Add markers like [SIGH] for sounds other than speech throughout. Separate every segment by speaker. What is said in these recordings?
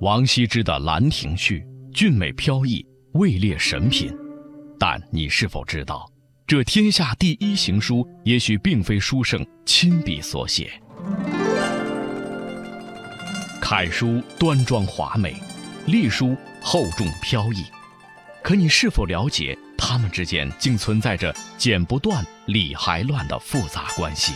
Speaker 1: 王羲之的《兰亭序》俊美飘逸，位列神品。但你是否知道，这天下第一行书也许并非书圣亲笔所写。楷书端庄华美，隶书厚重飘逸。可你是否了解，它们之间竟存在着剪不断、理还乱的复杂关系？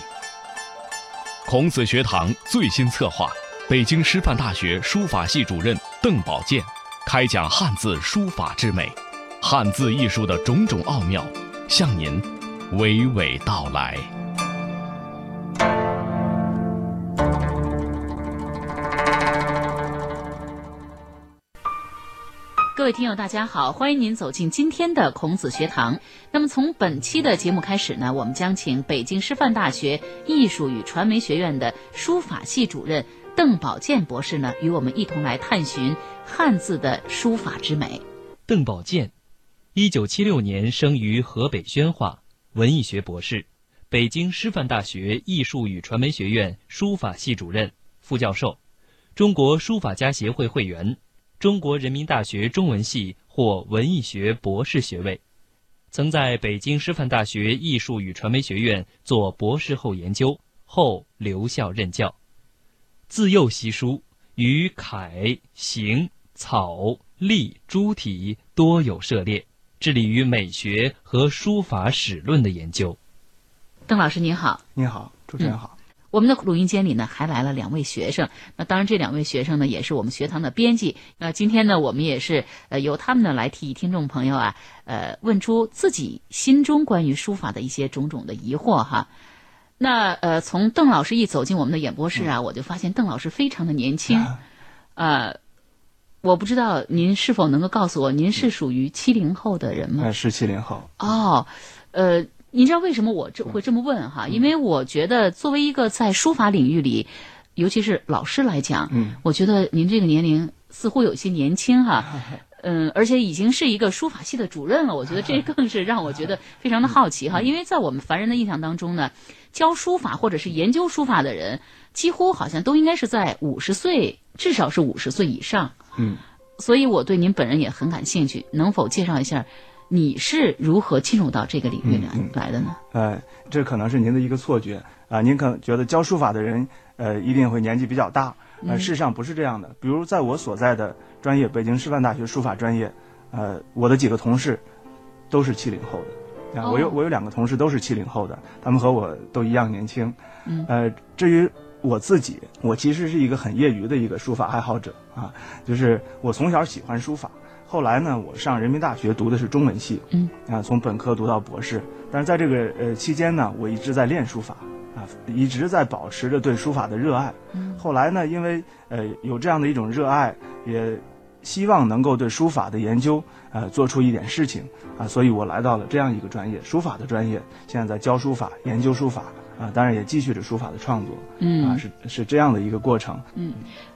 Speaker 1: 孔子学堂最新策划，北京师范大学书法系主任邓宝剑开讲汉字书法之美，汉字艺术的种种奥妙，向您娓娓道来。
Speaker 2: 各位听友，大家好，欢迎您走进今天的孔子学堂。那么从本期的节目开始呢，我们将请北京师范大学艺术与传媒学院的书法系主任邓宝剑博士呢，与我们一同来探寻汉字的书法之美。
Speaker 3: 邓宝剑，一九七六年生于河北宣化，文艺学博士，北京师范大学艺术与传媒学院书法系主任、副教授，中国书法家协会会员。中国人民大学中文系获文艺学博士学位，曾在北京师范大学艺术与传媒学院做博士后研究，后留校任教。自幼习书，于楷、行、草、隶诸体多有涉猎，致力于美学和书法史论的研究。
Speaker 2: 邓老师您好，
Speaker 4: 您好，主持人好。
Speaker 2: 我们的录音间里呢，还来了两位学生。那当然，这两位学生呢，也是我们学堂的编辑。那今天呢，我们也是呃，由他们呢来替听众朋友啊，呃，问出自己心中关于书法的一些种种的疑惑哈。那呃，从邓老师一走进我们的演播室啊，我就发现邓老师非常的年轻，呃，我不知道您是否能够告诉我，您是属于七零后的人吗？
Speaker 4: 呃，是七零后。
Speaker 2: 哦，呃。你知道为什么我这会这么问哈？因为我觉得作为一个在书法领域里，尤其是老师来讲，
Speaker 4: 嗯
Speaker 2: 我觉得您这个年龄似乎有些年轻
Speaker 4: [LAUGHS]
Speaker 2: 哈、嗯，而且已经是一个书法系的主任了，我觉得这更是让我觉得非
Speaker 4: 嗯
Speaker 2: 常的好奇哈。因为在我们凡人的印象当中呢，教书法或者是研究书法的人，几乎好像都应该是在五十岁，至少是五十岁以上。
Speaker 4: 嗯，
Speaker 2: 所以我对您本人也很感兴趣，能否介绍一下你是如何进入到这个领域来、
Speaker 4: 嗯嗯
Speaker 2: 来的呢？
Speaker 4: 呃，这可能是您的一个错觉啊、您可能觉得教书法的人，呃，一定会年纪比较大，呃，事实上不是这样的。比如在我所在的专业，北京师范大学书法专业，呃，我的几个同事都是七零后的，啊、
Speaker 2: 哦
Speaker 4: 我有我有两个同事都是七零后的，他们和我都一样年轻。
Speaker 2: 嗯
Speaker 4: 呃，至于我自己，我其实是一个很业余的一个书法爱好者啊，就是我从小喜欢书法。后来呢，我上人民大学读的是中文系，
Speaker 2: 嗯，
Speaker 4: 啊，从本科读到博士。但是在这个呃期间呢，我一直在练书法，啊，一直在保持着对书法的热爱。
Speaker 2: 嗯
Speaker 4: 后来呢，因为呃有这样的一种热爱，也希望能够对书法的研究呃做出一点事情啊，所以我来到了这样一个专业，书法的专业，现在在教书法、研究书法啊，当然也继续着书法的创作啊，
Speaker 2: 嗯，
Speaker 4: 是是这样的一个过程。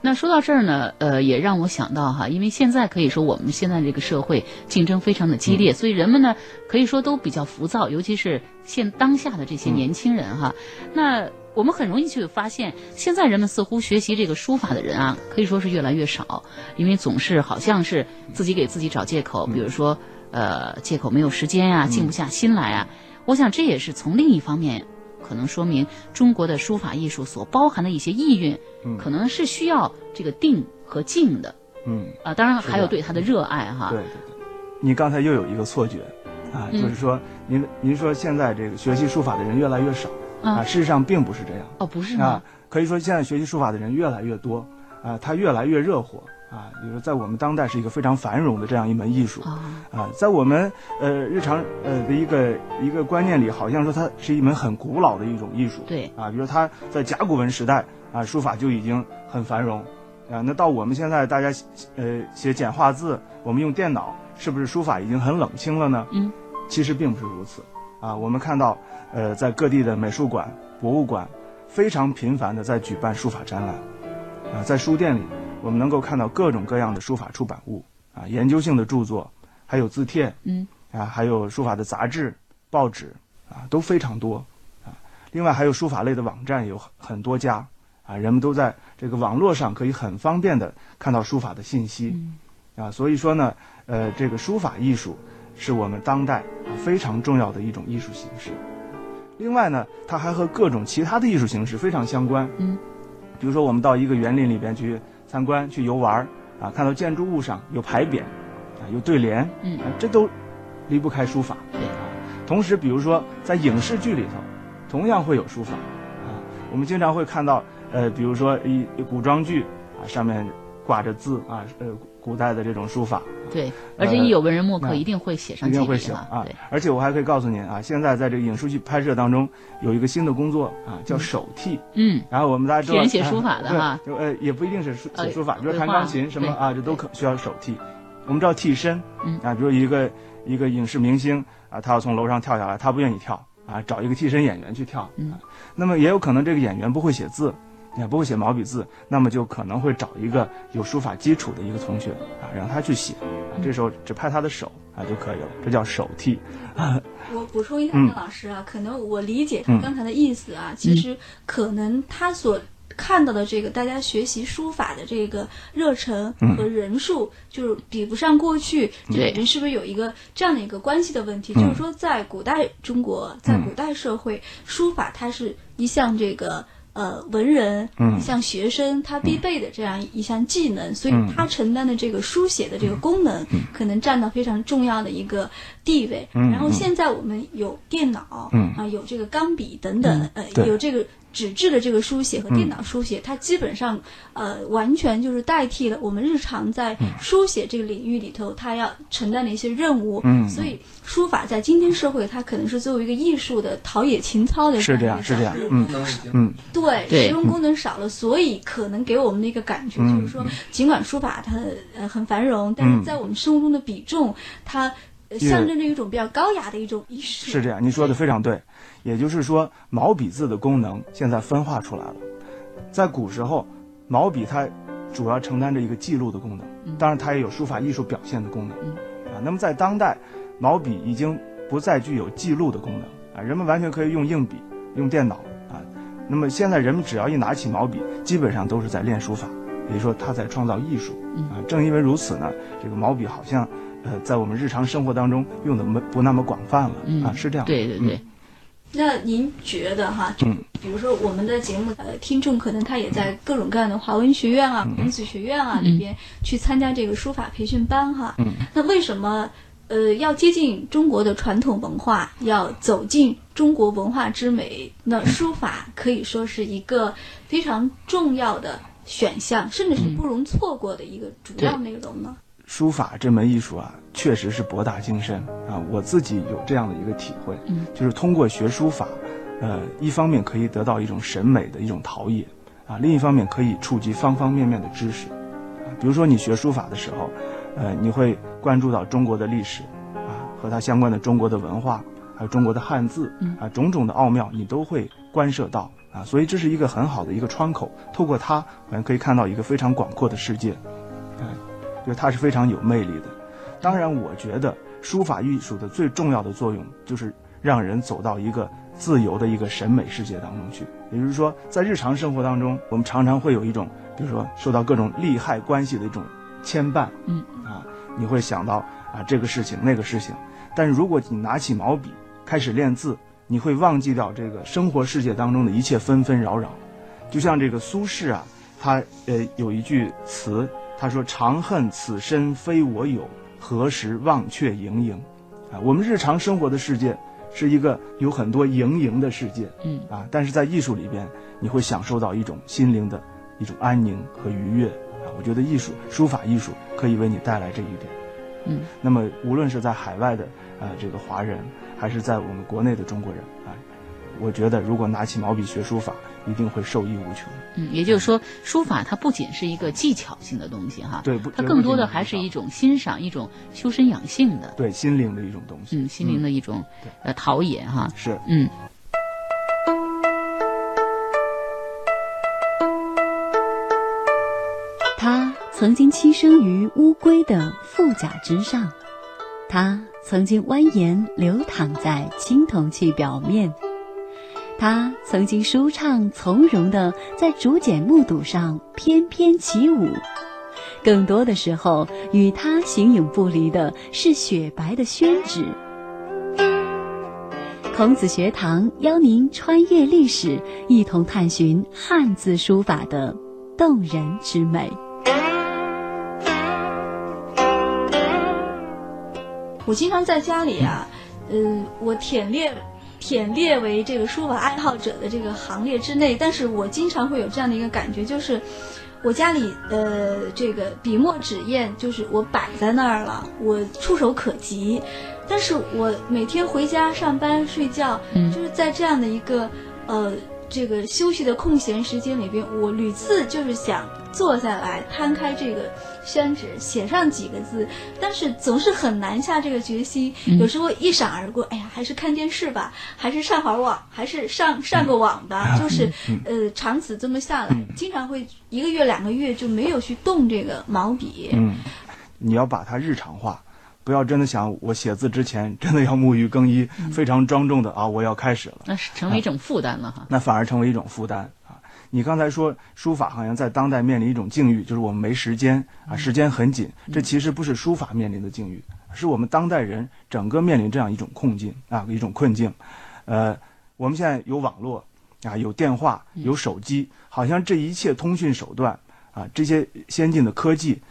Speaker 2: 那说到这儿呢，呃，也让我想到哈，因为现在可以说我们现在这个社会竞争非常的激烈，所以人们呢可以说都比较浮躁，尤其是现当下的这些年轻人哈。那我们很容易去发现，现在人们似乎学习这个书法的人啊，可以说是越来越少，因为总是好像是自己给自己找借口，比如说呃，借口没有时间啊，静不下心来啊。我想这也是从另一方面可能说明中国的书法艺术所包含的一些意蕴，
Speaker 4: 嗯
Speaker 2: 可能是需要这个定和静的
Speaker 4: 嗯，
Speaker 2: 啊、当然
Speaker 4: 是的嗯
Speaker 2: 还有对它的热爱哈。
Speaker 4: 对对对，你刚才又有一个错觉啊，
Speaker 2: 啊嗯
Speaker 4: 就是说您您说现在这个学习书法的人越来越少
Speaker 2: 啊
Speaker 4: 啊，事实上并不是这样。
Speaker 2: 哦，不是
Speaker 4: 啊
Speaker 2: 吗？，
Speaker 4: 可以说现在学习书法的人越来越多啊，它越来越热火啊。比如说在我们当代是一个非常繁荣的这样一门艺术
Speaker 2: 啊、
Speaker 4: 啊，在我们呃日常呃的一个一个观念里，好像说它是一门很古老的一种艺术。
Speaker 2: 对
Speaker 4: 啊，比如它在甲骨文时代啊，书法就已经很繁荣啊。那到我们现在大家呃写简化字，我们用电脑，是不是书法已经很冷清了呢？
Speaker 2: 嗯，
Speaker 4: 其实并不是如此啊。我们看到呃在各地的美术馆、博物馆非常频繁的在举办书法展览啊，在书店里我们能够看到各种各样的书法出版物啊，研究性的著作，还有字帖，
Speaker 2: 嗯，
Speaker 4: 啊，还有书法的杂志、报纸啊，都非常多啊。另外还有书法类的网站有很很多家啊，人们都在这个网络上可以很方便的看到书法的信息，啊，所以说呢，呃，这个书法艺术是我们当代啊非常重要的一种艺术形式。另外呢，它还和各种其他的艺术形式非常相关。
Speaker 2: 嗯，
Speaker 4: 比如说我们到一个园林里边去参观、去游玩儿啊，看到建筑物上有牌匾，啊，有对联，
Speaker 2: 嗯
Speaker 4: 啊，这都离不开书法。
Speaker 2: 对
Speaker 4: 啊，同时，比如说在影视剧里头，同样会有书法。啊，我们经常会看到，呃，比如说一一古装剧啊，上面挂着字啊，呃，古代的这种书法。
Speaker 2: 对，而且一有文人墨客，
Speaker 4: 呃那
Speaker 2: 一定会写上
Speaker 4: 一
Speaker 2: 几
Speaker 4: 定会
Speaker 2: 笔
Speaker 4: 写
Speaker 2: 了
Speaker 4: 啊
Speaker 2: 对，。
Speaker 4: 而且我还可以告诉您啊，现在在这个影视剧拍摄当中有一个新的工作啊，叫手替。
Speaker 2: 嗯，
Speaker 4: 然后我们大家知道，
Speaker 2: 替人写书法的
Speaker 4: 哎对
Speaker 2: 哈
Speaker 4: 就呃也不一定是书
Speaker 2: 呃
Speaker 4: 写书法，比如
Speaker 2: 绘
Speaker 4: 说弹
Speaker 2: 画
Speaker 4: 钢琴什么
Speaker 2: 对
Speaker 4: 啊，这都
Speaker 2: 对
Speaker 4: 可需要手替。我们知道替身
Speaker 2: 嗯，
Speaker 4: 啊，比如一个一个影视明星啊，他要从楼上跳下来，他不愿意跳啊，找一个替身演员去跳。
Speaker 2: 嗯
Speaker 4: 啊，那么也有可能这个演员不会写字。也不会写毛笔字，那么就可能会找一个有书法基础的一个同学啊，让他去写，啊，这时候只拍他的手啊就可以了，这叫手替。
Speaker 5: 我补充一下，
Speaker 4: 嗯
Speaker 5: 郑老师啊，可能我理解他
Speaker 4: 嗯
Speaker 5: 刚才的意思啊，其实可能他所看到的这个大家学习书法的这个热忱
Speaker 4: 嗯
Speaker 5: 和人数，就是比不上过去，这
Speaker 2: 对
Speaker 5: 里面是不是有一个这样的一个关系的问题？
Speaker 4: 嗯
Speaker 5: 就是说，在古代中国，在古代社会，书法它是一项这个。呃，文人
Speaker 4: 嗯
Speaker 5: 一项学生他必备的这样一项技能，所以
Speaker 4: 嗯
Speaker 5: 他承担的这个书写的这个功能，可能占到非常重要的一个地位。
Speaker 4: 嗯
Speaker 5: 然后
Speaker 4: 嗯
Speaker 5: 现在我们有电脑，
Speaker 4: 嗯
Speaker 5: 啊，有这个钢笔等等，呃，
Speaker 4: 对
Speaker 5: 有这个纸质的这个书写和电脑书写，它基本上呃完全就是代替了我们日常在
Speaker 4: 嗯
Speaker 5: 书写这个领域里头它要承担的一些任务。
Speaker 4: 嗯
Speaker 5: 所以书法在今天社会，它可能是作为一个艺术的陶冶情操的
Speaker 4: 是这
Speaker 5: 一
Speaker 4: 样，
Speaker 5: 个
Speaker 4: 是这样
Speaker 5: 角度，
Speaker 4: 嗯嗯
Speaker 5: 对，
Speaker 2: 对
Speaker 5: 实用功能少了，所以可能给我们的一个感觉
Speaker 4: 嗯
Speaker 5: 就是说，尽管书法它呃很繁荣，但是
Speaker 4: 嗯
Speaker 5: 在我们生活中的比重，它呃
Speaker 4: 也
Speaker 5: 象征着一种比较高雅的一种仪式。
Speaker 4: 是这样，你说的非常对。也就是说，毛笔字的功能现在分化出来了。在古时候，毛笔它主要承担着一个记录的功能，当然它也有书法艺术表现的功能
Speaker 2: 嗯。
Speaker 4: 啊，那么在当代，毛笔已经不再具有记录的功能啊，人们完全可以用硬笔、用电脑啊。那么现在人们只要一拿起毛笔，基本上都是在练书法，也就是说他在创造艺术
Speaker 2: 嗯
Speaker 4: 啊。正因为如此呢，这个毛笔好像。呃，在我们日常生活当中用的没不那么广泛了、
Speaker 2: 嗯
Speaker 4: 啊，是这样的。
Speaker 2: 对对对，
Speaker 5: 那您觉得哈，就
Speaker 4: 嗯
Speaker 5: 比如说我们的节目，呃，听众可能他也在各种各样的华文学院
Speaker 4: 嗯
Speaker 5: 啊、孔子学院啊里边去参加这个书法培训班哈。
Speaker 4: 嗯
Speaker 5: 那为什么呃要接近中国的传统文化，要走进中国文化之美？那书法可以说是一个非常重要的选项，甚至
Speaker 4: 嗯
Speaker 5: 是不容错过的一个主要内容呢？
Speaker 4: 书法这门艺术啊，确实是博大精深啊。我自己有这样的一个体会，
Speaker 2: 嗯
Speaker 4: 就是通过学书法，呃，一方面可以得到一种审美的一种陶冶啊，另一方面可以触及方方面面的知识。啊比如说你学书法的时候，呃，你会关注到中国的历史啊，和它相关的中国的文化，还有中国的汉字
Speaker 2: 嗯
Speaker 4: 啊，种种的奥妙，你都会关涉到啊。所以这是一个很好的一个窗口，透过它，我们可以看到一个非常广阔的世界。就是它是非常有魅力的。当然，我觉得书法艺术的最重要的作用就是让人走到一个自由的一个审美世界当中去。也就是说，在日常生活当中，我们常常会有一种，比如说受到各种利害关系的一种牵绊，
Speaker 2: 嗯
Speaker 4: 啊，你会想到啊这个事情那个事情。但如果你拿起毛笔开始练字，你会忘记掉这个生活世界当中的一切纷纷扰扰。就像这个苏轼啊，他呃有一句词，他说：“长恨此身非我有，何时忘却营营。”啊，我们日常生活的世界是一个有很多营营的世界
Speaker 2: 嗯
Speaker 4: 啊，但是在艺术里边，你会享受到一种心灵的一种安宁和愉悦啊。我觉得艺术，书法艺术可以为你带来这一点。
Speaker 2: 嗯，
Speaker 4: 那么无论是在海外的呃这个华人，还是在我们国内的中国人啊，我觉得如果拿起毛笔学书法，一定会受益无穷。
Speaker 2: 嗯，也就是说，书法它不仅是一个技巧性的东西哈，
Speaker 4: 对，不，
Speaker 2: 它
Speaker 4: 绝
Speaker 2: 更
Speaker 4: 不
Speaker 2: 多
Speaker 4: 仅
Speaker 2: 的
Speaker 4: 仅
Speaker 2: 还
Speaker 4: 书
Speaker 2: 是
Speaker 4: 法
Speaker 2: 一种欣赏，一种修身养性的，
Speaker 4: 对心灵的一种东西。
Speaker 2: 嗯，心灵的一种呃陶冶哈，
Speaker 4: 是
Speaker 2: 嗯。
Speaker 6: 他曾经栖身于乌龟的腹甲之上，他曾经蜿蜒流淌在青铜器表面，他曾经舒畅从容地在竹简木牍上翩翩起舞，更多的时候与他形影不离的是雪白的宣纸。孔子学堂邀您穿越历史，一同探寻汉字书法的动人之美。
Speaker 5: 我经常在家里啊，嗯，我舔列舔列为这个书法爱好者的这个行列之内，但是我经常会有这样的一个感觉，就是我家里呃这个笔墨纸砚，就是我摆在那儿了，我触手可及，但是我每天回家上班睡觉，
Speaker 2: 嗯
Speaker 5: 就是在这样的一个呃这个休息的空闲时间里边，我屡次就是想坐下来摊开这个宣纸，写上几个字，但是总是很难下这个决心。
Speaker 2: 嗯
Speaker 5: 有时候一闪而过，哎呀，还是看电视吧，还是上会儿网，还是上上个网吧，就是呃，长此这么下来，经常会一个月两个月就没有去动这个毛笔。
Speaker 4: 嗯，你要把它日常化，不要真的想我写字之前真的要沐浴更衣，
Speaker 2: 嗯
Speaker 4: 非常庄重的啊，我要开始了，
Speaker 2: 那是成为一种负担了哈。
Speaker 4: 那反而成为一种负担啊。你刚才说书法好像在当代面临一种境遇，就是我们没时间啊，
Speaker 2: 嗯
Speaker 4: 时间很紧。这其实不是书法面临的境遇，是我们当代人整个面临这样一种困境啊，一种困境。呃，我们现在有网络啊，有电话，
Speaker 2: 嗯
Speaker 4: 有手机，好像这一切通讯手段啊，这些先进的科技，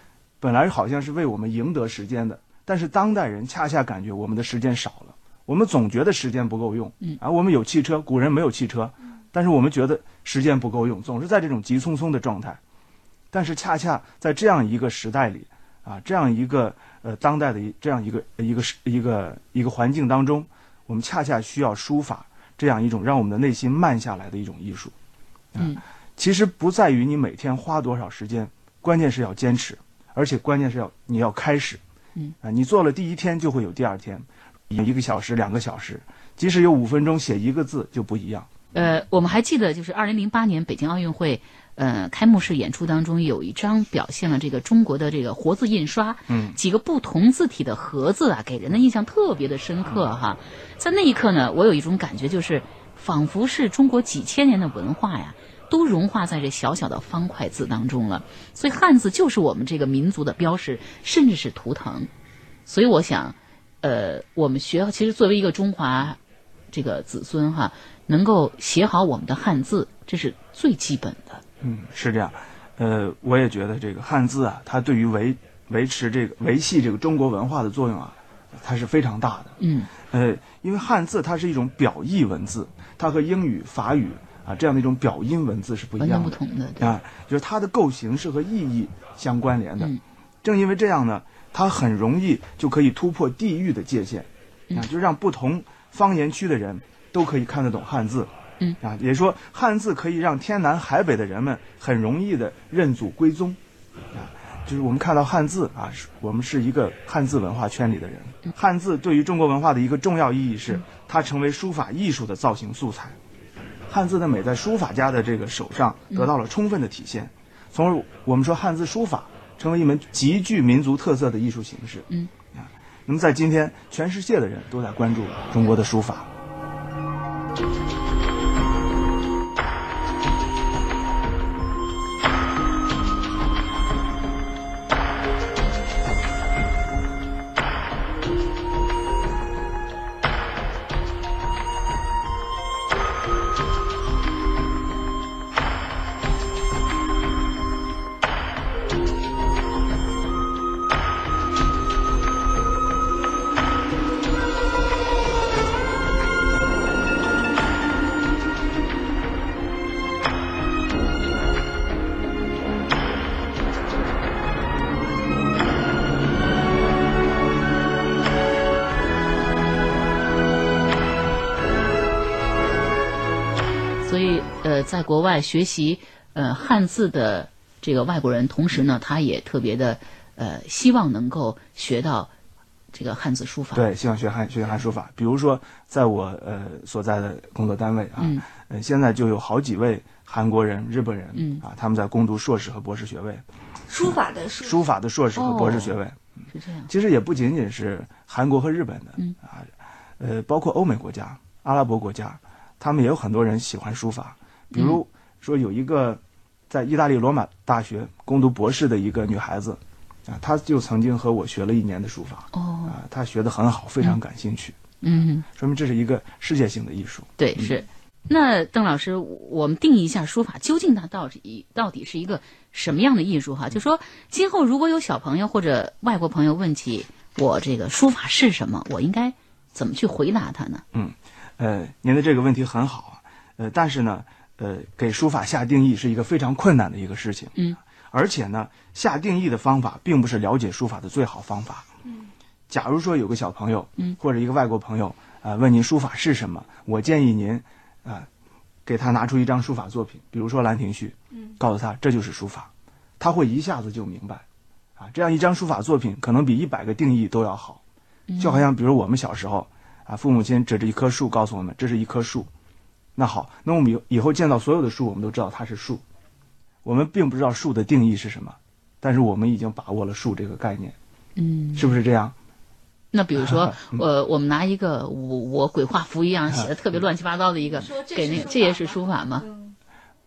Speaker 4: 本来好像是为我们赢得时间的，但是当代人恰恰感觉我们的时间少了，我们总觉得时间不够用。
Speaker 2: 嗯
Speaker 4: 啊，我们有汽车，古人没有汽车，但是我们觉得时间不够用，总是在这种急匆匆的状态。但是恰恰在这样一个时代里，啊，这样一个呃当代的一这样一个一个时一个一个环境当中，我们恰恰需要书法这样一种让我们的内心慢下来的一种艺术。啊
Speaker 2: 嗯，
Speaker 4: 其实不在于你每天花多少时间，关键是要坚持，而且关键是要你要开始。
Speaker 2: 嗯，
Speaker 4: 啊，你做了第一天就会有第二天，一个小时、两个小时，即使有五分钟写一个字就不一样。
Speaker 2: 呃，我们还记得，就是二零零八年北京奥运会，呃，开幕式演出当中有一张表现了这个中国的这个活字印刷，
Speaker 4: 嗯
Speaker 2: 几个不同字体的盒子啊，给人的印象特别的深刻哈。在那一刻呢，我有一种感觉，就是仿佛是中国几千年的文化呀，都融化在这小小的方块字当中了。所以汉字就是我们这个民族的标识，甚至是图腾。所以我想，呃，我们学其实作为一个中华这个子孙哈，能够写好我们的汉字，这是最基本的。
Speaker 4: 嗯，是这样。呃，我也觉得这个汉字啊，它对于维维持这个维系这个中国文化的作用啊，它是非常大的。
Speaker 2: 嗯
Speaker 4: 呃，因为汉字它是一种表意文字，它和英语、法语啊这样的一种表音文字是不一
Speaker 2: 完全
Speaker 4: 样
Speaker 2: 不
Speaker 4: 的
Speaker 2: 同的，对，
Speaker 4: 啊，就是它的构型是和意义相关联的。
Speaker 2: 嗯
Speaker 4: 正因为这样呢，它很容易就可以突破地域的界限，
Speaker 2: 嗯
Speaker 4: 啊，就让不同方言区的人都可以看得懂汉字。
Speaker 2: 嗯，
Speaker 4: 啊，也说汉字可以让天南海北的人们很容易的认祖归宗。啊，就是我们看到汉字啊，是我们是一个汉字文化圈里的人。
Speaker 2: 嗯
Speaker 4: 汉字对于中国文化的一个重要意义是，它成为书法艺术的造型素材。汉字的美在书法家的这个手上
Speaker 2: 嗯
Speaker 4: 得到了充分的体现，从而我们说汉字书法成为一门极具民族特色的艺术形式。
Speaker 2: 嗯
Speaker 4: 啊，那么在今天，全世界的人都在关注中国的书法。
Speaker 2: 嗯所以呃，在国外学习呃汉字的这个外国人，同时
Speaker 4: 嗯
Speaker 2: 呢，他也特别的呃，希望能够学到这个汉字书法。，
Speaker 4: 对，希望学汉学习汉书法。比如说，在我呃所在的工作单位啊，
Speaker 2: 嗯
Speaker 4: 呃，现在就有好几位韩国人、日本人、
Speaker 2: 嗯
Speaker 4: 啊，他们在攻读硕士和博士学位，
Speaker 5: 书法的书，
Speaker 4: 书法的硕士和博士
Speaker 2: 哦
Speaker 4: 学位。
Speaker 2: 是这样。
Speaker 4: 其实也不仅仅是韩国和日本的、
Speaker 2: 嗯
Speaker 4: 啊，呃，包括欧美国家、阿拉伯国家，他们也有很多人喜欢书法。比如说有一个在意大利罗马大学攻读博士的一个女孩子，啊，她就曾经和我学了一年的书法，
Speaker 2: 哦，
Speaker 4: 啊，她学得很好，非常感兴趣，
Speaker 2: 嗯，
Speaker 4: 说明这是一个世界性的艺术。
Speaker 2: 对，是。那邓老师，我们定义一下书法究竟它到底到底是一个什么样的艺术
Speaker 4: 嗯
Speaker 2: 哈？就说今后如果有小朋友或者外国朋友问起我这个书法是什么，我应该怎么去回答他呢？
Speaker 4: 呃，您的这个问题很好啊，呃，但是呢，呃，给书法下定义是一个非常困难的一个事情。
Speaker 2: 嗯，
Speaker 4: 而且呢，下定义的方法并不是了解书法的最好方法。嗯，假如说有个小朋友，
Speaker 2: 嗯，
Speaker 4: 或者一个外国朋友，呃，问您书法是什么，我建议您，啊、给他拿出一张书法作品，比如说《兰亭序》，
Speaker 5: 嗯，
Speaker 4: 告诉他这就是书法，他会一下子就明白。啊，这样一张书法作品可能比一百个定义都要好。就好像比如我们小时候啊，父母亲指着一棵树告诉我们这是一棵树，那好，那我们以以后见到所有的树，我们都知道它是树。我们并不知道树的定义是什么，但是我们已经把握了树这个概念，
Speaker 2: 嗯，
Speaker 4: 是不是这样？
Speaker 2: 那比如
Speaker 4: 啊
Speaker 2: 说，
Speaker 4: 嗯
Speaker 2: 呃，我们拿一个我我鬼画符一样写的特
Speaker 4: 嗯
Speaker 2: 别乱七八糟的一个
Speaker 5: 说，这
Speaker 2: 给
Speaker 5: 是
Speaker 2: 那个
Speaker 5: 书
Speaker 2: 这也
Speaker 5: 法
Speaker 2: 是
Speaker 5: 吗
Speaker 2: 书法吗？
Speaker 5: 嗯，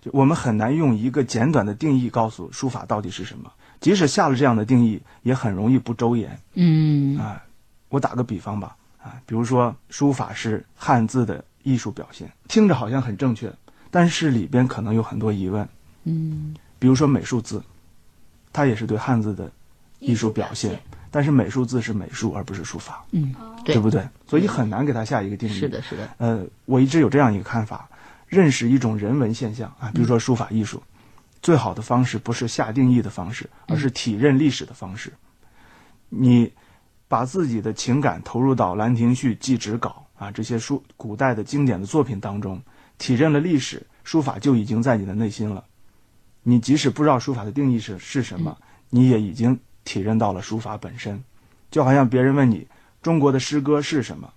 Speaker 4: 就我们很难用一个简短的定义告诉书法到底是什么，即使下了这样的定义，也很容易不周延。
Speaker 2: 嗯
Speaker 4: 啊，我打个比方吧，啊，比如说书法是汉字的艺术表现，听着好像很正确，但是里边可能有很多疑问。
Speaker 2: 嗯
Speaker 4: 比如说美术字，它也是对汉字的艺术表
Speaker 5: 表
Speaker 4: 现，但是美术字是美术而不是书法，
Speaker 2: 嗯，
Speaker 5: 哦
Speaker 2: 对
Speaker 4: 不对？所以很难给它下一个定义。
Speaker 2: 是的，是的，
Speaker 4: 呃，我一直有这样一个看法，认识一种人文现象啊，比如说书法艺术，最好的方式不是下定义的方式，而是体认历史的方式。你把自己的情感投入到《兰亭序》《祭侄稿》啊这些书古代的经典的作品当中，体认了历史，书法就已经在你的内心了。你即使不知道书法的定义是是什么，你也已经体认到了书法本身。就好像别人问你中国的诗歌是什么，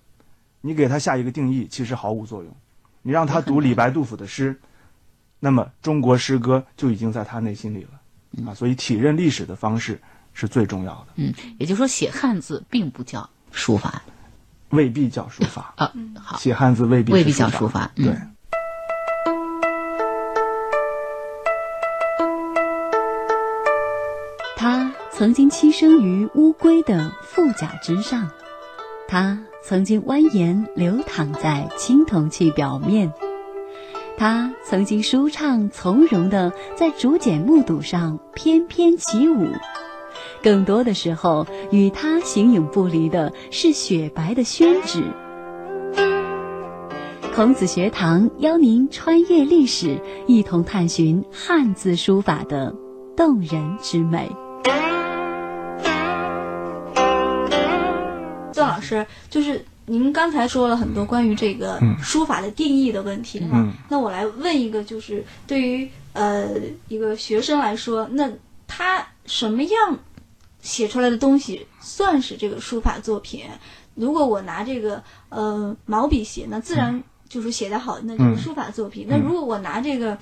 Speaker 4: 你给他下一个定义，其实毫无作用。你让他读李白、杜甫
Speaker 2: [LAUGHS]
Speaker 4: 的诗，那么中国诗歌就已经在他内心里了啊。所以体认历史的方式是最重要的，
Speaker 2: 嗯，也就是说写汉字并不叫书法
Speaker 4: 未必叫书法，
Speaker 2: 啊，
Speaker 5: 嗯
Speaker 2: 好，
Speaker 4: 写汉字未必
Speaker 2: 未
Speaker 4: 是
Speaker 2: 必叫
Speaker 4: 书
Speaker 2: 书
Speaker 4: 法。
Speaker 2: 法，
Speaker 4: 对
Speaker 2: 嗯。，
Speaker 6: 他曾经栖身于乌龟的腹甲之上，他曾经蜿蜒流淌在青铜器表面，他曾经舒畅从容地在竹简木牍上翩翩起舞。更多的时候，与他形影不离的是雪白的宣纸。孔子学堂邀您穿越历史，一同探寻汉字书法的动人之美。
Speaker 5: 邓老师，就是您刚才说了很多关于这个书法的定义的问题哈。
Speaker 4: 嗯
Speaker 5: 那我来问一个，就是对于呃一个学生来说，那他什么样写出来的东西算是这个书法作品？如果我拿这个呃毛笔写，那自然就是写得好，那就是书法作品。那如果我拿这个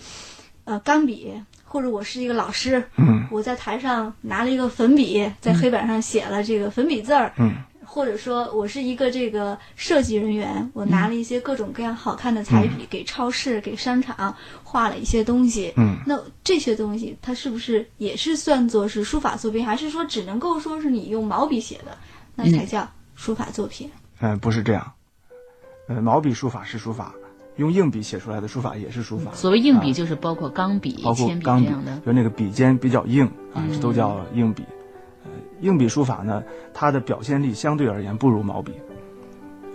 Speaker 5: 呃钢笔，或者我是一个老师，
Speaker 4: 嗯
Speaker 5: 我在台上拿了一个粉笔，在黑板上写了这个粉笔字儿，
Speaker 4: 嗯
Speaker 5: 或者说我是一个这个设计人员，我拿
Speaker 4: 嗯
Speaker 5: 了一些各种各样好看的彩笔，给超市、给商场画了一些东西。
Speaker 4: 嗯
Speaker 5: 那这些东西它是不是也是算作是书法作品，还是说只能够说是你用毛笔写的，那才叫书法作品？
Speaker 4: 嗯、不是这样。呃，毛笔书法是书法，用硬笔写出来的书法也是书法。
Speaker 2: 所谓硬
Speaker 4: 啊
Speaker 2: 笔，就是包括钢笔、
Speaker 4: 包括
Speaker 2: 铅笔
Speaker 4: 钢
Speaker 2: 这
Speaker 4: 笔
Speaker 2: 样的，，
Speaker 4: 就那个笔尖比较硬啊，
Speaker 2: 嗯
Speaker 4: 这都叫硬笔。呃，硬笔书法呢，它的表现力相对而言不如毛笔。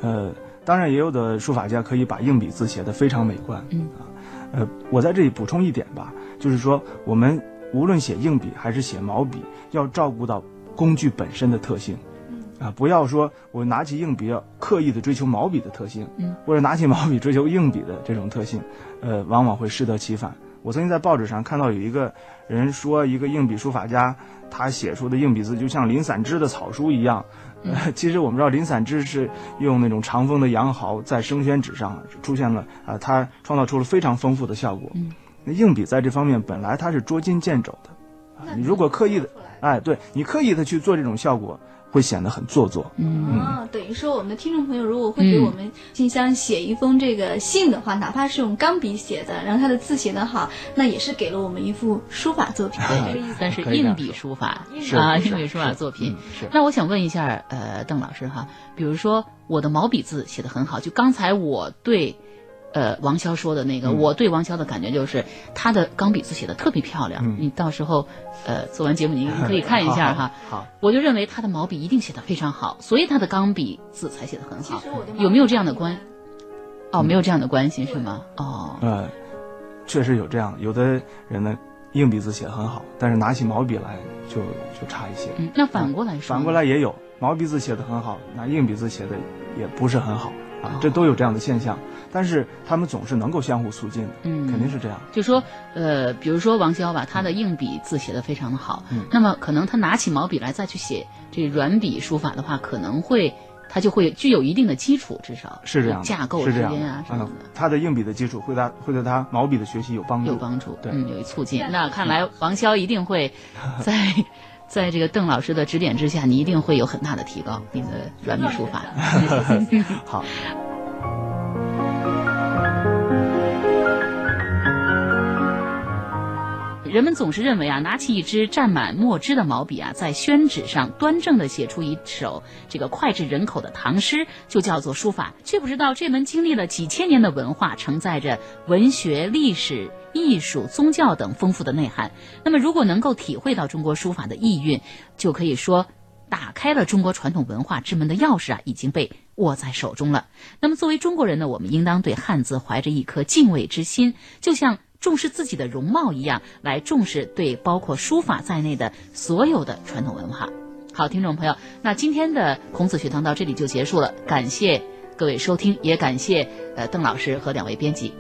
Speaker 4: 呃，当然也有的书法家可以把硬笔字写得非常美观。
Speaker 2: 嗯
Speaker 4: 啊，呃，我在这里补充一点吧，就是说我们无论写硬笔还是写毛笔，要照顾到工具本身的特性。
Speaker 2: 嗯
Speaker 4: 啊，不要说我拿起硬笔要刻意的追求毛笔的特性，
Speaker 2: 嗯，
Speaker 4: 或者拿起毛笔追求硬笔的这种特性，呃，往往会适得其反。我曾经在报纸上看到有一个人说，一个硬笔书法家，他写出的硬笔字就像林散之的草书一样。
Speaker 2: 嗯
Speaker 4: 呃，其实我们知道林散之是用那种长锋的羊毫在生宣纸上出现了啊、他创造出了非常丰富的效果。
Speaker 2: 嗯
Speaker 4: 那硬笔在这方面本来它是捉襟见肘的，啊
Speaker 5: 那
Speaker 4: 你如果刻意的
Speaker 5: 出来，
Speaker 4: 哎，对你刻意的去做这种效果，会显得很做作。
Speaker 2: 嗯，
Speaker 5: 啊，等于说我们的听众朋友如果会给我们信箱写一封这个信的话，哪怕是用钢笔写的，然后他的字写得好，那也是给了我们一幅书法作品，是这个意思。
Speaker 2: 但是
Speaker 4: 嗯可以这
Speaker 2: 硬
Speaker 4: 样
Speaker 2: 笔
Speaker 4: 说
Speaker 2: 书法
Speaker 4: 是
Speaker 2: 啊，
Speaker 4: 是
Speaker 2: 硬笔书法
Speaker 4: 是
Speaker 2: 作品
Speaker 4: 嗯。是
Speaker 2: 那我想问一下，呃，邓老师哈，比如说我的毛笔字写的很好，就刚才我对，呃，王潇说的那个，
Speaker 4: 嗯
Speaker 2: 我对王潇的感觉就是他的钢笔字写的特别漂亮。
Speaker 4: 嗯
Speaker 2: 你到时候，呃，做完节目您可以看一下哈。
Speaker 4: 好。好
Speaker 2: 我就认为他的毛笔一定写的非常好，所以他的钢笔字才写的很
Speaker 5: 其
Speaker 2: 好
Speaker 5: 实。我的
Speaker 2: 有没有这样的关
Speaker 5: 毛笔字？
Speaker 2: 哦，
Speaker 4: 嗯
Speaker 2: 没有这样的关系
Speaker 5: 对
Speaker 2: 是吗？哦，
Speaker 4: 呃，确实有这样，有的人呢硬笔字写得很好，但是拿起毛笔来就就差一些。
Speaker 2: 嗯，那反过来说呢，
Speaker 4: 反过来也有毛笔字写得很好，拿硬笔字写的也不是很好
Speaker 2: 哦
Speaker 4: 啊，这都有这样的现象。但是他们总是能够相互促进的，
Speaker 2: 嗯
Speaker 4: 肯定是这样。
Speaker 2: 就说，呃，比如说王潇吧，他的硬笔字写的非常的好，
Speaker 4: 嗯
Speaker 2: 那么可能他拿起毛笔来再去写这软笔书法的话，可能会他就会具有一定的基础，至少
Speaker 4: 是这样的，
Speaker 2: 架构
Speaker 4: 是
Speaker 2: 之
Speaker 4: 这样的
Speaker 2: 间啊什么
Speaker 4: 嗯
Speaker 2: 的。，
Speaker 4: 他的硬笔的基础会他会对他毛笔的学习有帮助。
Speaker 2: 有帮助，
Speaker 4: 对
Speaker 2: 嗯，有促进。那看来王潇一定会在在这个邓老师的指点之下，你一定会有很大的提高，你的软笔书法。
Speaker 4: [LAUGHS]
Speaker 5: [LAUGHS]
Speaker 2: [LAUGHS]
Speaker 4: 好，
Speaker 2: 人们总是认为啊，拿起一支蘸满墨汁的毛笔啊，在宣纸上端正地写出一首这个脍炙人口的唐诗，就叫做书法。却不知道这门经历了几千年的文化，承载着文学、历史、艺术、宗教等丰富的内涵。那么，如果能够体会到中国书法的意蕴，就可以说。打开了中国传统文化之门的钥匙啊，已经被握在手中了。那么，作为中国人呢，我们应当对汉字怀着一颗敬畏之心，就像重视自己的容貌一样，来重视对包括书法在内的所有的传统文化。好，听众朋友，那今天的孔子学堂到这里就结束了，感谢各位收听，也感谢呃邓老师和两位编辑，